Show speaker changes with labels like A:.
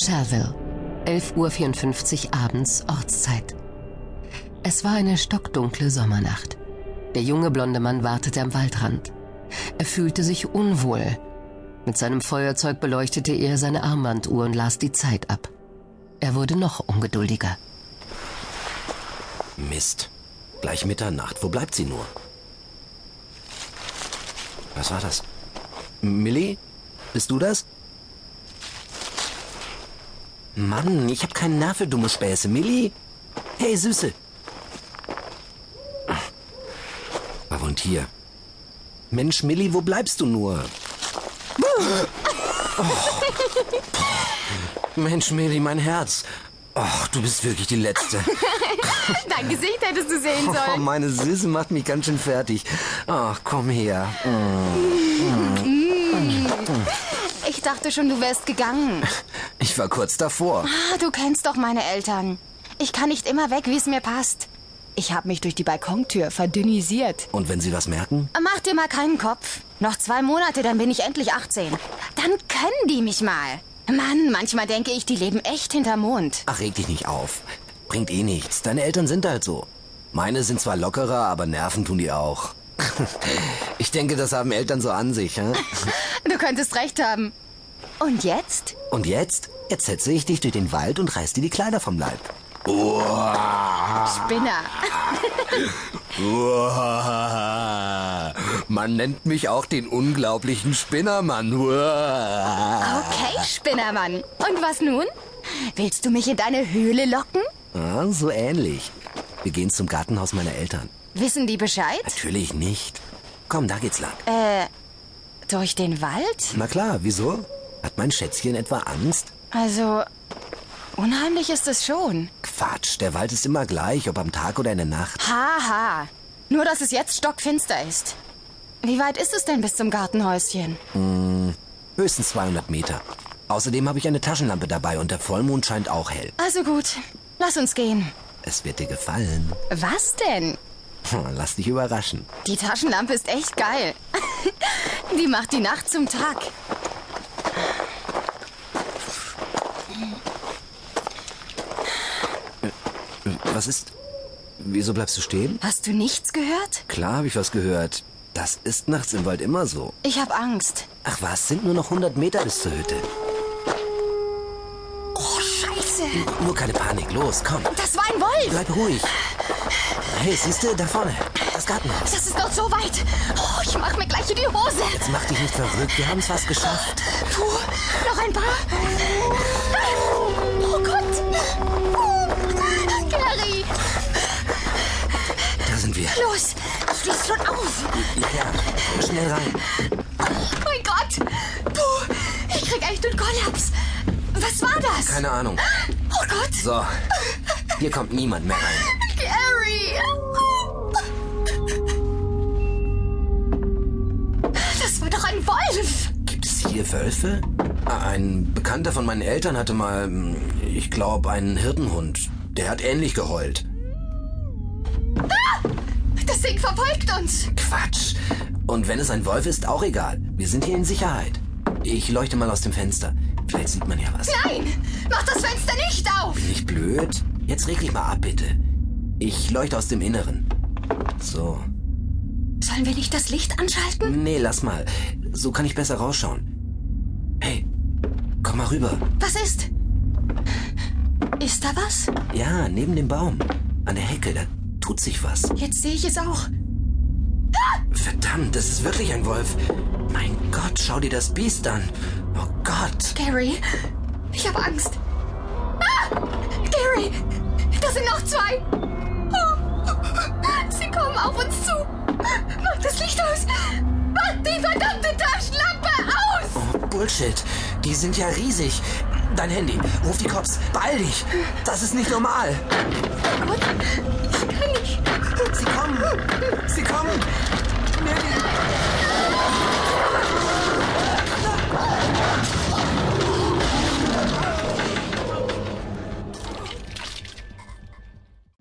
A: Cherville, 11.54 Uhr abends Ortszeit. Es war eine stockdunkle Sommernacht. Der junge blonde Mann wartete am Waldrand. Er fühlte sich unwohl. Mit seinem Feuerzeug beleuchtete er seine Armbanduhr und las die Zeit ab. Er wurde noch ungeduldiger.
B: Mist. Gleich Mitternacht. Wo bleibt sie nur? Was war das? Millie? Bist du das? Mann, ich hab keinen Nerv für dumme Späße. Millie? Hey, Süße! War wohl ein Tier. Ah, Mensch, Millie, wo bleibst du nur? Oh. Mensch, Millie, mein Herz. Ach, du bist wirklich die Letzte.
C: Dein Gesicht hättest du sehen
B: Oh,
C: sollen.
B: meine Süße macht mich ganz schön fertig. Ach, komm her.
C: Ich dachte schon, du wärst gegangen.
B: Ich war kurz davor.
C: Ah, du kennst doch meine Eltern. Ich kann nicht immer weg, wie es mir passt. Ich habe mich durch die Balkontür verdünnisiert.
B: Und wenn sie was merken?
C: Mach dir mal keinen Kopf. Noch zwei Monate, dann bin ich endlich 18. Dann können die mich mal. Mann, manchmal denke ich, die leben echt hinterm Mond.
B: Ach, reg dich nicht auf. Bringt eh nichts. Deine Eltern sind halt so. Meine sind zwar lockerer, aber Nerven tun die auch. Ich denke, das haben Eltern so an sich. Hä?
C: Du könntest recht haben. Und jetzt?
B: Und jetzt? Jetzt setze ich dich durch den Wald und reiß dir die Kleider vom Leib.
C: Spinner.
B: Man nennt mich auch den unglaublichen Spinnermann.
C: Okay, Spinnermann. Und was nun? Willst du mich in deine Höhle locken?
B: Ah, so ähnlich. Wir gehen zum Gartenhaus meiner Eltern.
C: Wissen die Bescheid?
B: Natürlich nicht. Komm, da geht's lang.
C: Äh, Durch den Wald?
B: Na klar, wieso? Hat mein Schätzchen etwa Angst?
C: Also, unheimlich ist es schon.
B: Quatsch, der Wald ist immer gleich, ob am Tag oder in der Nacht.
C: Haha. Nur, dass es jetzt stockfinster ist. Wie weit ist es denn bis zum Gartenhäuschen?
B: Höchstens 200 Meter. Außerdem habe ich eine Taschenlampe dabei und der Vollmond scheint auch hell.
C: Also gut, lass uns gehen.
B: Es wird dir gefallen.
C: Was denn?
B: Hm, Lass dich überraschen.
C: Die Taschenlampe ist echt geil. die macht die Nacht zum Tag.
B: Was ist? Wieso bleibst du stehen?
C: Hast du nichts gehört?
B: Klar habe ich was gehört. Das ist nachts im Wald immer so.
C: Ich hab Angst.
B: Ach was, sind nur noch 100 Meter bis zur Hütte.
C: Oh, Scheiße.
B: Nur keine Panik, los, komm.
C: Das war ein Wolf.
B: Bleib ruhig. Hey, siehst du, da vorne, das Gartenhaus.
C: Das ist noch so weit. Oh, ich mach mir gleich in die Hose.
B: Jetzt mach dich nicht verrückt, wir haben es fast geschafft.
C: Puh, noch ein paar. Oh Gott. Oh, Gary,
B: Da sind wir.
C: los. Schließ schon auf.
B: Ja, schnell rein.
C: Oh mein Gott. Puh, ich krieg echt einen Kollaps. Was war das?
B: Keine Ahnung.
C: Oh Gott.
B: So, hier kommt niemand mehr rein.
C: Gary. Das war doch ein Wolf.
B: Gibt es hier Wölfe? Ah, Ein Bekannter von meinen Eltern hatte mal, hm, ich glaube, einen Hirtenhund. Der hat ähnlich geheult.
C: Das Ding verfolgt uns.
B: Quatsch. Und wenn es ein Wolf ist, auch egal. Wir sind hier in Sicherheit. Ich leuchte mal aus dem Fenster. Vielleicht sieht man ja was.
C: Nein, mach das Fenster nicht auf.
B: Nicht blöd? Jetzt reg dich mal ab, bitte. Ich leuchte aus dem Inneren. So.
C: Sollen wir nicht das Licht anschalten?
B: Nee, lass mal. So kann ich besser rausschauen. Hey, komm mal rüber.
C: Was ist? Ist da was?
B: Ja, neben dem Baum. An der Hecke, da tut sich was.
C: Jetzt sehe ich es auch.
B: Verdammt, das ist wirklich ein Wolf. Mein Gott, schau dir das Biest an. Oh Gott.
C: Gary, ich habe Angst. Ah! Gary, da sind noch zwei. Oh, sie kommen auf uns zu. Mach das Licht aus. Mach die verdammte Taschenlampe aus.
B: Oh, Bullshit. Die sind ja riesig. Dein Handy. Ruf die Cops. Beeil dich. Das ist nicht normal.
C: Gut.